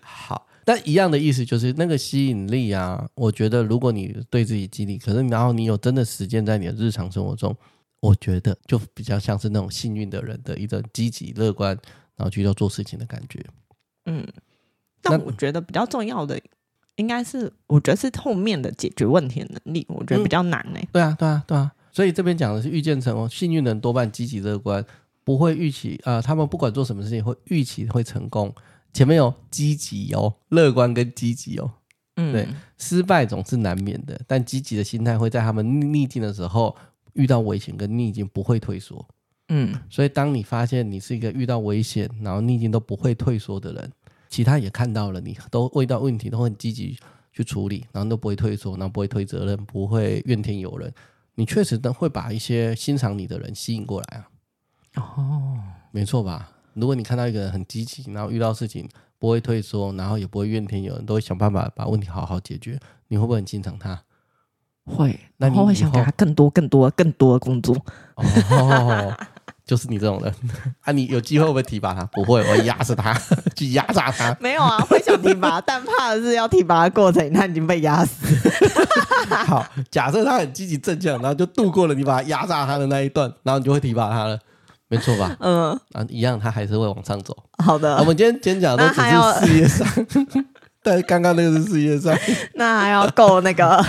Speaker 2: 好，但一样的意思就是那个吸引力啊，我觉得如果你对自己激励，可是然后你有真的实践在你的日常生活中，我觉得就比较像是那种幸运的人的一种积极乐观，然后去要做事情的感觉。
Speaker 1: 嗯，
Speaker 2: 那
Speaker 1: 但我觉得比较重要的应该是，我觉得是后面的解决问题的能力，我觉得比较难欸呢、
Speaker 2: 对啊，对啊，对啊。所以这边讲的是预见成功，幸运的人多半积极乐观，不会预期啊、呃他们不管做什么事情会预期会成功。前面有积极哦，乐观跟积极哦，
Speaker 1: 嗯，
Speaker 2: 对失败总是难免的，但积极的心态会在他们逆逆境的时候遇到危险跟逆境不会退缩。
Speaker 1: 嗯，
Speaker 2: 所以，当你发现你是一个遇到危险，然后逆境都不会退缩的人，其他也看到了你，都遇到问题都很积极去处理，然后都不会退缩，然后不会推责任，不会怨天尤人。你确实能会把一些欣赏你的人吸引过来啊，
Speaker 1: 哦，
Speaker 2: 没错吧？如果你看到一个人很积极，然后遇到事情不会退缩，然后也不会怨天尤人，都会想办法把问题好好解决，你会不会很欣赏他？
Speaker 1: 会，
Speaker 2: 那
Speaker 1: 然
Speaker 2: 你
Speaker 1: 后会
Speaker 2: 以
Speaker 1: 想给
Speaker 2: 后
Speaker 1: 他更多、更多、更多的工 作。
Speaker 2: 哦，就是你这种人 啊！你有机会会不会提拔他？不会，我会压死他， 去压榨 他。
Speaker 1: 没有啊，会想提拔，但怕的是要提拔的过程，他已经被压死。
Speaker 2: 好，假设他很积极正向，然后就度过了你把他压榨他的那一段，然后你就会提拔他了。没错吧？
Speaker 1: 嗯，
Speaker 2: 啊，一样，它还是会往上走。
Speaker 1: 好的。
Speaker 2: 啊我们今天今天讲的都
Speaker 1: 那还有
Speaker 2: 只是事业上， 但刚刚那个是事业上
Speaker 1: 那还要够那 个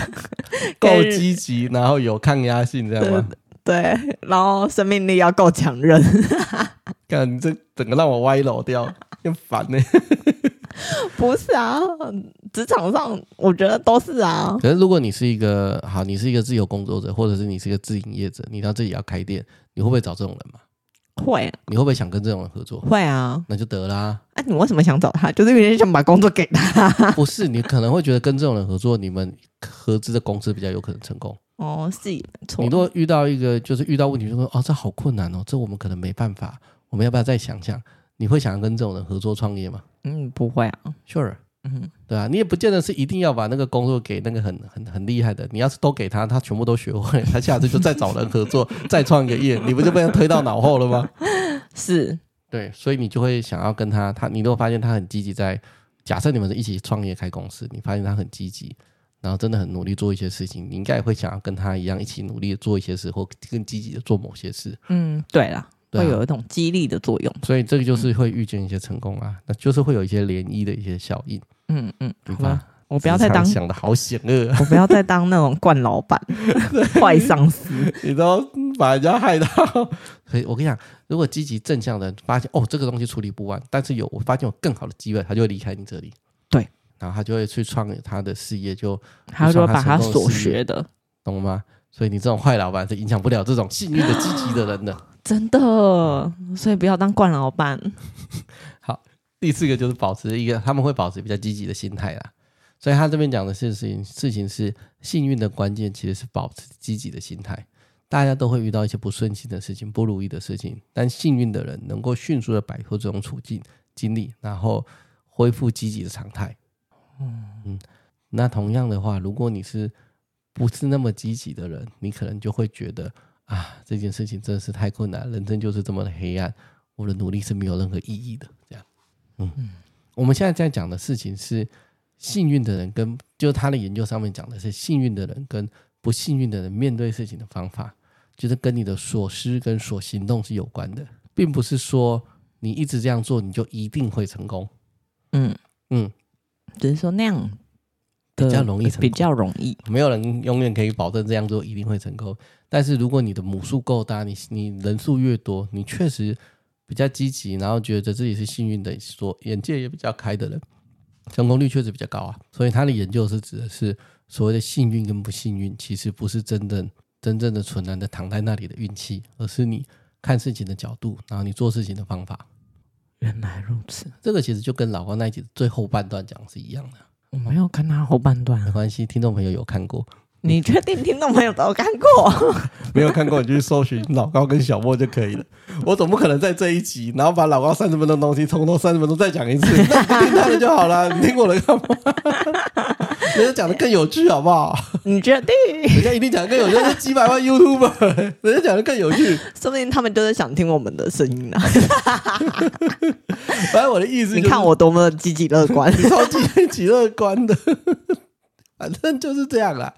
Speaker 2: 够
Speaker 1: 给
Speaker 2: 积极，然后有抗压性，这样吗？
Speaker 1: 对，然后生命力要够强韧。
Speaker 2: 看你这整个让我歪楼掉，很烦呢、
Speaker 1: 不是啊，职场上我觉得都是啊。
Speaker 2: 可是如果你是一个好，你是一个自由工作者，或者是你是一个自营业者，你到自己要开店，你会不会找这种人嘛？
Speaker 1: 会
Speaker 2: 你会不会想跟这种人合作？
Speaker 1: 会啊，
Speaker 2: 那就得啦。
Speaker 1: 啊，你为什么想找他？就是因为想把工作给他。
Speaker 2: 不是，你可能会觉得跟这种人合作，你们合资的公司比较有可能成功。
Speaker 1: 哦，是也没
Speaker 2: 你
Speaker 1: 错。
Speaker 2: 如果遇到一个就是遇到问题，就说哦，这好困难哦，这我们可能没办法，我们要不要再想想？你会想要跟这种人合作创业吗
Speaker 1: 嗯，不会啊。
Speaker 2: ？Sure，
Speaker 1: 嗯，
Speaker 2: 对啊，你也不见得是一定要把那个工作给那个很很很厉害的，你要是都给他，他全部都学会， 他下次就再找人合作， 再创个业，你不就被他推到脑后了 吗？
Speaker 1: 是
Speaker 2: 对，所以你就会想要跟他，他你如果发现他很积极在，假设你们是一起创业开公司，你发现他很积极，然后真的很努力做一些事情，你应该也会想要跟他一样一起努力地做一些事，或更积极的做某些事。
Speaker 1: 嗯，对啦，
Speaker 2: 对啊
Speaker 1: 会有一种激励的作用。
Speaker 2: 所以这个就是会遇见一些成功啊，那就是会有一些涟漪的一些效应，
Speaker 1: 嗯嗯，
Speaker 2: 对
Speaker 1: 好
Speaker 2: 吧
Speaker 1: 吧？，我不要再当
Speaker 2: 职场，想的好险恶、啊，
Speaker 1: 我不要再当那种惯老 板、坏上司。
Speaker 2: 你都把人家害到。 所以我跟你讲，如果积极正向的人发现哦，这个东西处理不完，但是有我发现有更好的机会，他就会离开你这里。
Speaker 1: 对，
Speaker 2: 然后他就会去创他的事业，就
Speaker 1: 他说把他
Speaker 2: 成功
Speaker 1: 所
Speaker 2: 的事业
Speaker 1: 学的，
Speaker 2: 懂吗？所以你这种坏老板是影响不了这种幸运的、积极的人的。
Speaker 1: 真的，所以不要当惯老板。
Speaker 2: 第四个就是保持一个，他们会保持比较积极的心态啦。所以他这边讲的事情，事情是幸运的关键其实是保持积极的心态。大家都会遇到一些不顺心的事情、不如意的事情，但幸运的人能够迅速的摆脱这种处境、经历，然后恢复积极的常态。嗯，那同样的话，如果你是不是那么积极的人，你可能就会觉得啊，这件事情真的是太困难，人生就是这么的黑暗，我的努力是没有任何意义的。这样。我们现在在讲的事情是幸运的人跟，就是他的研究上面讲的是幸运的人跟不幸运的人面对事情的方法，就是跟你的所思跟所行动是有关的，并不是说你一直这样做你就一定会成功。
Speaker 1: 嗯
Speaker 2: 嗯，
Speaker 1: 只是说那样的
Speaker 2: 比较容易成功
Speaker 1: 比较容易。
Speaker 2: 没有人永远可以保证这样做一定会成功，但是如果你的母数够大，你你人数越多，你确实比较积极，然后觉得自己是幸运的，所眼界也比较开的人，成功率确实比较高啊。所以他的研究是指的是所谓的幸运跟不幸运，其实不是真正真正的纯然的躺在那里的运气，而是你看事情的角度，然后你做事情的方法。
Speaker 1: 原来如此，
Speaker 2: 这个其实就跟老高那一集最后半段讲的是一样的，
Speaker 1: 我没有看他后半段
Speaker 2: 没。关系，听众朋友有看过。
Speaker 1: 你确定听众朋友都有看过？
Speaker 2: 没有看过，你就去搜寻老高跟小莫就可以了。 我总不可能在这一集，然后把老高三十分钟的东西从头三十分钟再讲一次， 那你听他的就好了， 你听我的干嘛？人家讲的更有趣好不好？
Speaker 1: 你确定？
Speaker 2: 人家一定讲的更有趣，那是几百万 YouTuber，人家 讲的更有趣。
Speaker 1: 说不定他们就是想听我们的声音呢、
Speaker 2: 反正我的意思
Speaker 1: 你
Speaker 2: 就是，
Speaker 1: 看我多么积极乐观。
Speaker 2: 你超级积极乐观的， 反正就是这样啦。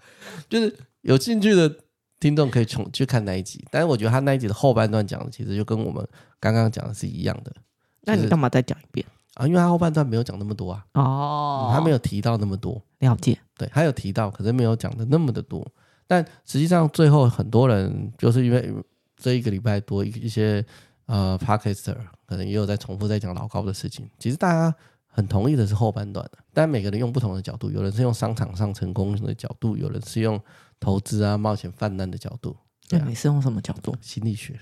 Speaker 2: 就是有兴趣的听众可以重去看那一集，但是我觉得他那一集的后半段讲的其实就跟我们刚刚讲的是一样的。
Speaker 1: 那你干嘛再讲一遍？
Speaker 2: 啊，因为他后半段没有讲那么多啊，
Speaker 1: 哦
Speaker 2: 嗯他没
Speaker 1: 有
Speaker 2: 有提到那么多，
Speaker 1: 了解。
Speaker 2: 对他有提到，可是没有讲的那么的多。但实际上，最后很多人就是因为这一个礼拜多一一些呃 p a r k e s t e r 可能也有在重复在讲老高的事情。其实大家很同意的是后半段的，但每个人用不同的角度，有人是用商场上成功的角度，有人是用投资啊冒险泛滥的角度，对
Speaker 1: 那
Speaker 2: 啊
Speaker 1: 你是用什么角度？
Speaker 2: 心理学，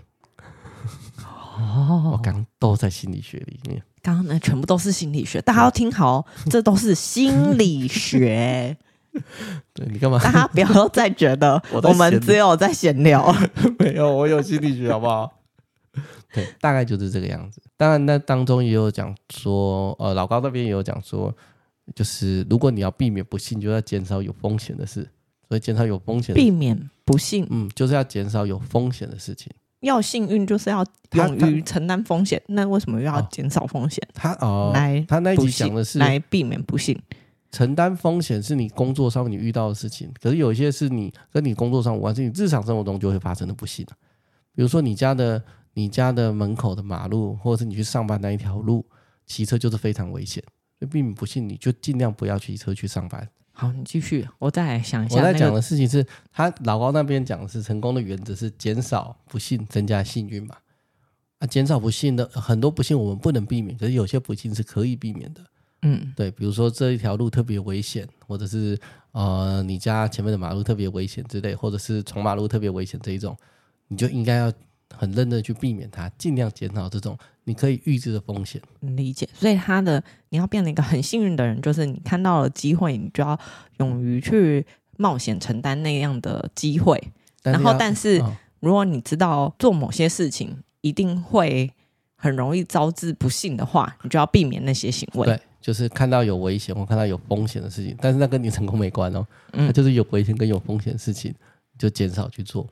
Speaker 2: 我
Speaker 1: 哦，
Speaker 2: 刚都在心理学里面。
Speaker 1: 刚刚那全部都是心理学，大家要听好哦，这都是心理 学，
Speaker 2: 对你干嘛？
Speaker 1: 大家不要再觉得
Speaker 2: 我在
Speaker 1: 我们
Speaker 2: 闲
Speaker 1: 只有在闲聊。
Speaker 2: 没有，我有心理学，好不好？ 对，大概就是这个样子。当然，那当中也有讲说，呃，老高那边也有讲说，就是如果你要避免不幸，就要减少有风险的事。所以减少有风险的，
Speaker 1: 避免不幸，
Speaker 2: 嗯，就是要减少有风险的事情。
Speaker 1: 要幸运就是要
Speaker 2: 他
Speaker 1: 勇于承担风险。那为什么又要
Speaker 2: 哦
Speaker 1: 减少风险？
Speaker 2: 他哦
Speaker 1: 来，
Speaker 2: 他那一
Speaker 1: 不
Speaker 2: 集
Speaker 1: 幸
Speaker 2: 讲的是
Speaker 1: 来避免不幸。
Speaker 2: 承担风险是你工作上面你遇到的事情，可是有一些是你跟你工作上无关，是你日常生活中就会发生的不幸啊比如说你家的你家的门口的马路，或者是你去上班那一条路，骑车就是非常危险。所以并不信，你就尽量不要骑车去上班。
Speaker 1: 好，你继续，我再来想一下、
Speaker 2: 我
Speaker 1: 那个。
Speaker 2: 在讲的事情是，他老高那边讲的是成功的原则是减少不幸，增加幸运嘛。啊，减少不幸的很多不幸我们不能避免，可是有些不幸是可以避免的。
Speaker 1: 嗯，
Speaker 2: 对，比如说这一条路特别危险，或者是呃你家前面的马路特别危险之类，或者是从马路特别危险这一种，你就应该要很认真地去避免它，尽量减少这种你可以预知的风险。
Speaker 1: 理解。所以他的你要变成一个很幸运的人，就是你看到了机会，你就要勇于去冒险承担那样的机会。
Speaker 2: 是
Speaker 1: 然后
Speaker 2: 要，
Speaker 1: 但是、
Speaker 2: 哦
Speaker 1: 如果你知道做某些事情一定会很容易招致不幸的话，你就要避免那些行为。
Speaker 2: 对，就是看到有危险或看到有风险的事情，但是那跟你成功没关哦，
Speaker 1: 嗯
Speaker 2: 它就是有危险跟有风险的事情，你就减少去做。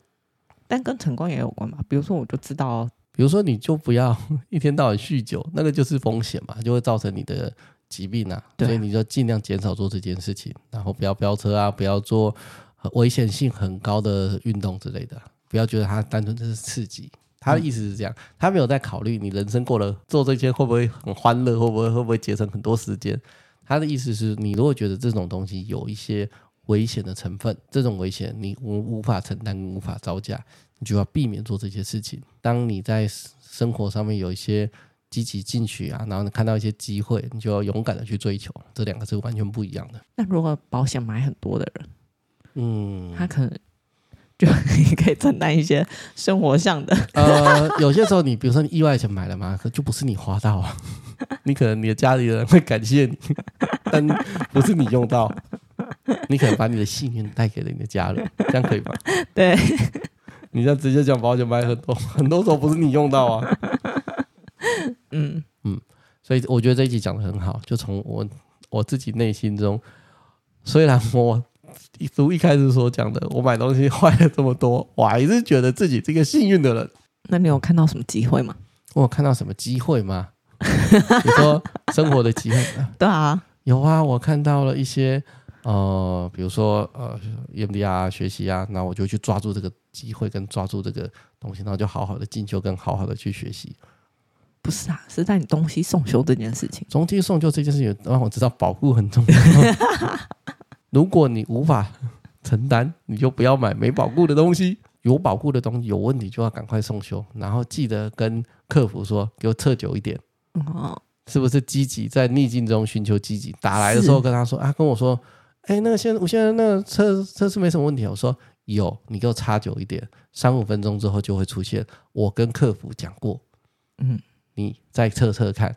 Speaker 1: 但跟成功也有关吧？比如说，我就知道
Speaker 2: 比如说，你就不要 一天到晚酗酒，那个就是风险嘛，就会造成你的疾病啊。
Speaker 1: 对啊
Speaker 2: 所以你就尽量减少做这件事情，然后不要飙车啊，不要做呃危险性很高的运动之类的，啊不要觉得它单纯就是刺激。他的意思是这样，他没有在考虑你人生过了做这些会不会很欢乐，会不会会不会节省很多时间。他的意思是你如果觉得这种东西有一些危险的成分，这种危险你无无法承担，无法招架，你就要避免做这些事情。当你在生活上面有一些积极进取啊，然后你看到一些机会，你就要勇敢的去追求，这两个是完全不一样的。
Speaker 1: 那如果保险买很多的人，
Speaker 2: 嗯，
Speaker 1: 他可能就 你可以承担一些生活上的。
Speaker 2: 呃，有些时候你比如说你意外险买了嘛，可就不是你花到啊， 你可能你的家里人会感谢你，但不是你用到，你可能把你的幸运带给了你的家人，这样可以吗？
Speaker 1: 对，
Speaker 2: 你这样直接讲保险买很多，很多时候不是你用到啊。
Speaker 1: 嗯，
Speaker 2: 所以我觉得这一集讲的很好，就从我我自己内心中，虽然我一如一开始所讲的，我买东西坏了这么多，我还是觉得自己这个幸运的人。
Speaker 1: 那你有看到什么机会吗？
Speaker 2: 我有看到什么机会吗？你说生活的机会吗？
Speaker 1: 对啊，
Speaker 2: 有啊，我看到了一些呃，比如说呃，EMDR 啊学习啊，那我就去抓住这个机会，跟抓住这个东西，然后就好好的进修，跟好好的去学习。
Speaker 1: 不是啊，是在你东西送修这件事情。
Speaker 2: 总体送就这件事情让我知道保护很重要。如果你无法承担，你就不要买没保护的东西。有保护的东西有问题就要赶快送修，然后记得跟客服说给我测久一点，
Speaker 1: 哦，
Speaker 2: 是不是积极在逆境中寻求积极？打来的时候
Speaker 1: 是
Speaker 2: 跟他说啊，跟我说，哎，那个现在我现在那个测测试没什么问题啊，我说有，你给我插久一点，三五分钟之后就会出现。我跟客服讲过，
Speaker 1: 嗯，
Speaker 2: 你再测测看。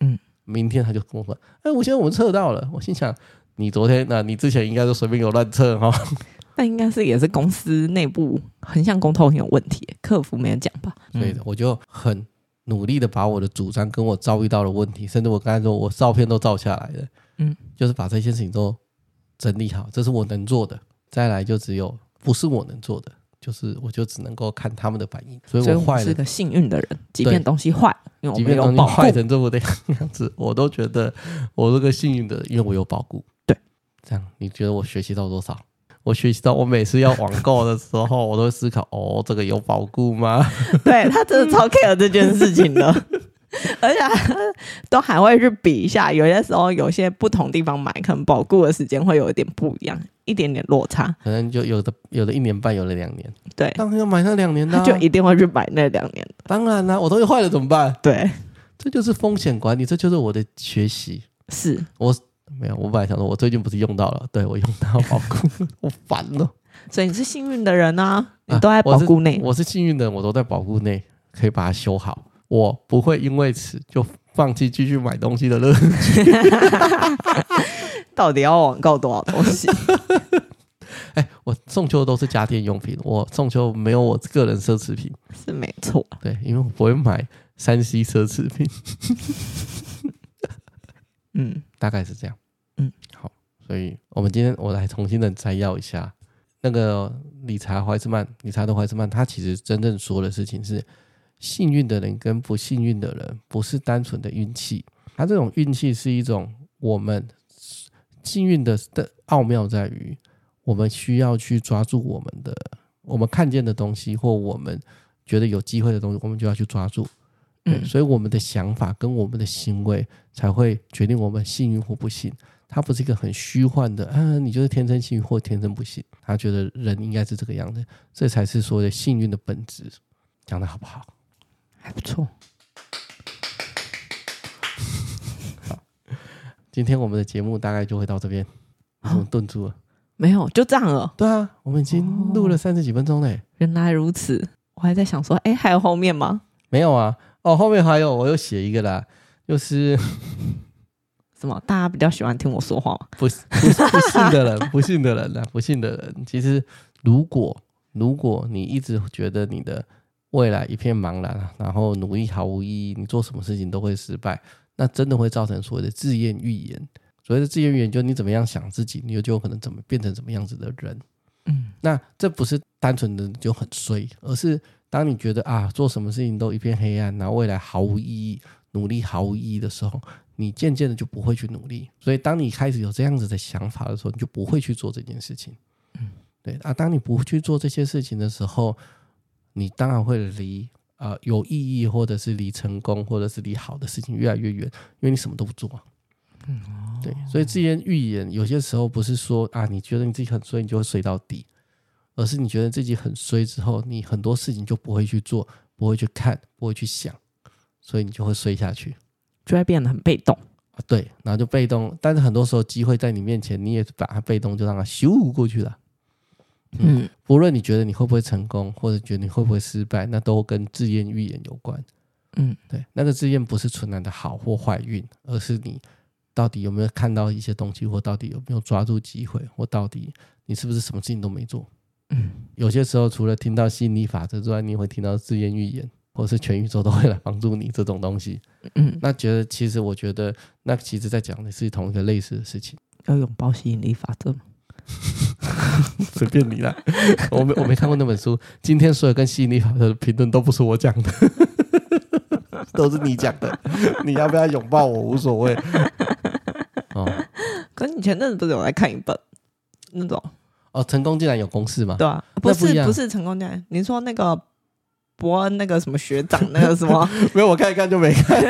Speaker 1: 嗯，
Speaker 2: 明天他就跟我说：“哎、我现在我测到了。”我心想：“你昨天那、你之前应该都随便给我乱测哦哈。
Speaker 1: 那应该是也是公司内部横向沟通很有问题，客服没有讲吧？”
Speaker 2: 所以我就很努力的把我的主张跟我遭遇到的问题，甚至我刚才说我照片都照下来了，
Speaker 1: 嗯，
Speaker 2: 就是把这些事情都整理好，这是我能做的。再来就只有不是我能做的，就是我就只能够看他们的反应。所以
Speaker 1: 所以
Speaker 2: 我
Speaker 1: 我
Speaker 2: 坏
Speaker 1: 是
Speaker 2: 了，
Speaker 1: 个幸运的人，即便东西坏了，因为我
Speaker 2: 即
Speaker 1: 们
Speaker 2: 便
Speaker 1: 有
Speaker 2: 东
Speaker 1: 保
Speaker 2: 西
Speaker 1: 护
Speaker 2: 坏。成这副的样子， 我都觉得我是个幸运的人，因为我有保护。
Speaker 1: 对，
Speaker 2: 这样你觉得我学习到多少？我学习到，我每次要网购的时候，我都会思考：哦，这个有保护吗？
Speaker 1: 对 他真的超 care 这件事情的，而且他都还会去比一下。有些时候，有些不同地方买，可能保固的时间会有一点不一样，一点点落差。
Speaker 2: 可能就有的有的一年半，有的两年。
Speaker 1: 对，
Speaker 2: 当然要买那两年的、
Speaker 1: 他
Speaker 2: 啊，
Speaker 1: 就一定会去买那两年的。
Speaker 2: 当然啦、我东西坏了怎么办？
Speaker 1: 对，
Speaker 2: 这就是风险管理，这就是我的学习。
Speaker 1: 是
Speaker 2: 没有，我本来想说，我最近不是用到了，对我用到保护，我烦了。
Speaker 1: 所以你是幸运的人啊，你
Speaker 2: 啊
Speaker 1: 都在保固内。
Speaker 2: 我是幸运的，我都在保护内，可以把它修好。我不会因为此就放弃继续买东西的乐。
Speaker 1: 到底要网购多少东西？
Speaker 2: 哎，我送修的都是家电用品，我送修没有我个人奢侈品。
Speaker 1: 是没错，
Speaker 2: 对，因为我不会买三 C 奢侈品，
Speaker 1: 嗯。
Speaker 2: 大概是这样。
Speaker 1: 嗯，
Speaker 2: 好，所以我们今天我来重新的摘要一下那个理查怀斯曼，理查德怀斯曼，他其实真正说的事情是，幸运的人跟不幸运的人不是单纯的运气，他这种运气是一种我们幸运的的奥妙在于，我们需要去抓住我们的我们看见的东西或我们觉得有机会的东西，我们就要去抓住。对，
Speaker 1: 嗯
Speaker 2: 所以我们的想法跟我们的行为才会决定我们幸运或不幸。它不是一个很虚幻的啊，你就是天生幸运或天生不幸。他觉得人应该是这个样子，这才是所谓的幸运的本质。讲的好不好？
Speaker 1: 还不错。
Speaker 2: 今天我们的节目大概就会到这边。你怎么顿住了？
Speaker 1: 没有，就这样了。
Speaker 2: 对啊，我们已经录了三十几分钟嘞。
Speaker 1: 原来如此，我还在想说，哎，还有后面吗？
Speaker 2: 没有啊，哦，后面还有，我又写一个啦，就是
Speaker 1: 什么？大家比较喜欢听我说话吗？
Speaker 2: 不是不是不信的人，不信的人啊，不信的人。其实，如果如果你一直觉得你的未来一片茫然，啊然后努力毫无意义，你做什么事情都会失败，那真的会造成所谓的自厌预言。所谓的自厌预言，就是你怎么样想自己，你就有可能怎么变成怎么样子的人。
Speaker 1: 嗯，
Speaker 2: 那这不是单纯的就很衰，而是当你觉得啊，做什么事情都一片黑暗，然后未来毫无意义，努力毫无意义的时候，你渐渐的就不会去努力。所以，当你开始有这样子的想法的时候，你就不会去做这件事情。嗯，对啊，当你不去做这些事情的时候，你当然会离呃有意义，或者是离成功，或者是离好的事情越来越远，因为你什么都不做啊、对，所以自言预言有些时候不是说啊，你觉得你自己很衰，你就会衰到底，而是你觉得自己很衰之后，你很多事情就不会去做，不会去看，不会去想，所以你就会衰下去
Speaker 1: 就会变得很被动。
Speaker 2: 啊。对，然后就被动，但是很多时候机会在你面前，你也把它被动就让它咻过去了。
Speaker 1: 嗯，
Speaker 2: 不论你觉得你会不会成功，或者觉得你会不会失败，那都跟自言预言有关。
Speaker 1: 嗯，
Speaker 2: 对，那个自验不是纯然的好或坏运，而是你到底有没有看到一些东西，或到底有没有抓住机会，或到底你是不是什么事情都没做。嗯，有些时候除了听到吸引力法则之外，你也会听到自验预言，或是全宇宙都会来帮助你这种东西。
Speaker 1: 嗯，
Speaker 2: 那觉得其实我觉得，那其实在讲的是同一个类似的事情，
Speaker 1: 要拥抱吸引力法则吗？
Speaker 2: 随便你啦。 我没我没看过那本书，今天所有跟吸引力法则的评论都不是我讲的。 都是你讲的，你要不要拥抱我无所谓。哦
Speaker 1: 可是你前阵子不是有来看一本那种？
Speaker 2: 哦，成功竟然有公式吗？
Speaker 1: 对啊，
Speaker 2: 那
Speaker 1: 不
Speaker 2: 不一
Speaker 1: 是
Speaker 2: 样
Speaker 1: 不是成功教练，你说那个伯恩那个什么学长那个什 么？
Speaker 2: 没有，我看一看就没看，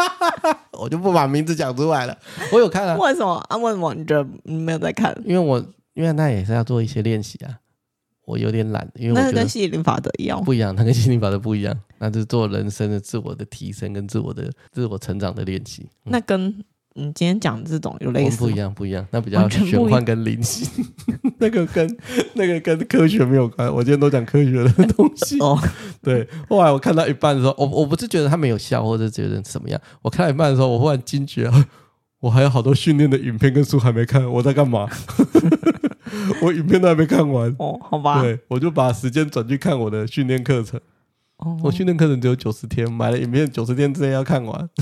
Speaker 2: 我就不把名字讲出来了。我有看啊，
Speaker 1: 为什么啊？为什么你觉得你没有在看？
Speaker 2: 因为我因为那也是要做一些练习啊，我有点懒，因为
Speaker 1: 那
Speaker 2: 我
Speaker 1: 是
Speaker 2: 觉得
Speaker 1: 跟吸引力法则一样。
Speaker 2: 不一样，它跟心理法则不一样，那是做人生的自我的提升跟自我的自我成长的练习。嗯
Speaker 1: 那跟你今天讲的这种有类
Speaker 2: 我们
Speaker 1: 似
Speaker 2: 不一
Speaker 1: 吗？
Speaker 2: 样，不一样，那比较
Speaker 1: 完全不一
Speaker 2: 玄
Speaker 1: 样
Speaker 2: 幻跟灵性， 那个跟那个跟科学没有关。我今天都讲科学的东 西。
Speaker 1: 哦，
Speaker 2: 对，后来我看到一半的时候，我我不是觉得他没有效，或者觉得怎么样。我看到一半的时候，我忽然惊觉， 我还有好多训练的影片跟书还没看，我在干嘛？ 我影片都还没看完，
Speaker 1: 哦，好吧。
Speaker 2: 对，我就把时间转去看我的训练课程。
Speaker 1: 哦，
Speaker 2: 我训练课程只有九十天，买了影片九十天之内要看完。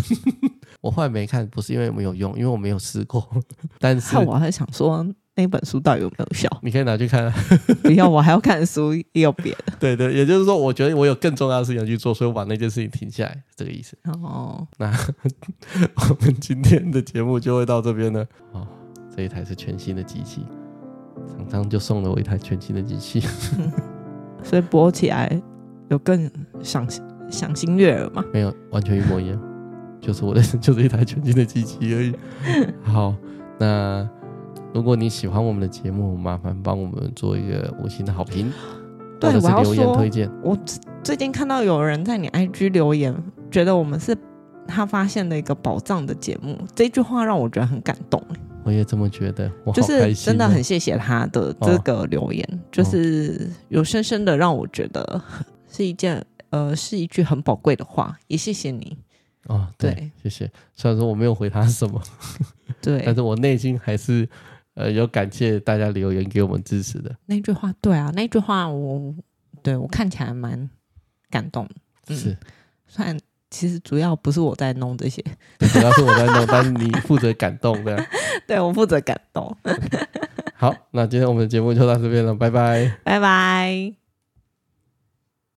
Speaker 2: 我后来没看，不是因为没有用，因为我没有试过。 但是
Speaker 1: 看我还想说那本书到底有没有效？
Speaker 2: 你可以拿去看啊。
Speaker 1: 不要，我还要看书，也有别的。
Speaker 2: 对对，也就是说，我觉得我有更重要的事情要去做，所以我把那件事情停下来，这个意思。
Speaker 1: 哦，
Speaker 2: 我们今天的节目就会到这边了。哦，这一台是全新的机器，厂商就送了我一台全新的机器。
Speaker 1: 所以播起来有更赏赏心悦耳嘛？
Speaker 2: 没有，完全一模一样， 就是我的，就是一台全新的机器 而已。好，那如果你喜欢我们的节目，麻烦帮我们做一个五星的好评，或
Speaker 1: 对
Speaker 2: 者是
Speaker 1: 我要
Speaker 2: 留言
Speaker 1: 说
Speaker 2: 推荐。
Speaker 1: 我最最近看到有人在你 IG 留言，觉得我们是他发现的一个宝藏的节目，这句话让我觉得很感动，
Speaker 2: 我也这么觉得，我好
Speaker 1: 就
Speaker 2: 开
Speaker 1: 是
Speaker 2: 心、啊
Speaker 1: 真的很。谢谢他的这个留言，就是有深深的让我觉得是一件呃是一句很宝贵的话，也谢谢你，
Speaker 2: 哦，对，
Speaker 1: 对
Speaker 2: 谢谢。虽然说我没有回他什么，但
Speaker 1: 对
Speaker 2: 是我内心还是呃有感谢大家留言给我们支持的。
Speaker 1: 那句话，对啊，那句话我对我看起来蛮感动的，嗯
Speaker 2: 是，
Speaker 1: 虽然其实主要不是我在弄这些，
Speaker 2: 主要是我在弄， 但是你负责感动的。
Speaker 1: 对我负责感动，
Speaker 2: 好，那今天我们的节目就到这边了，拜拜。
Speaker 1: 拜拜。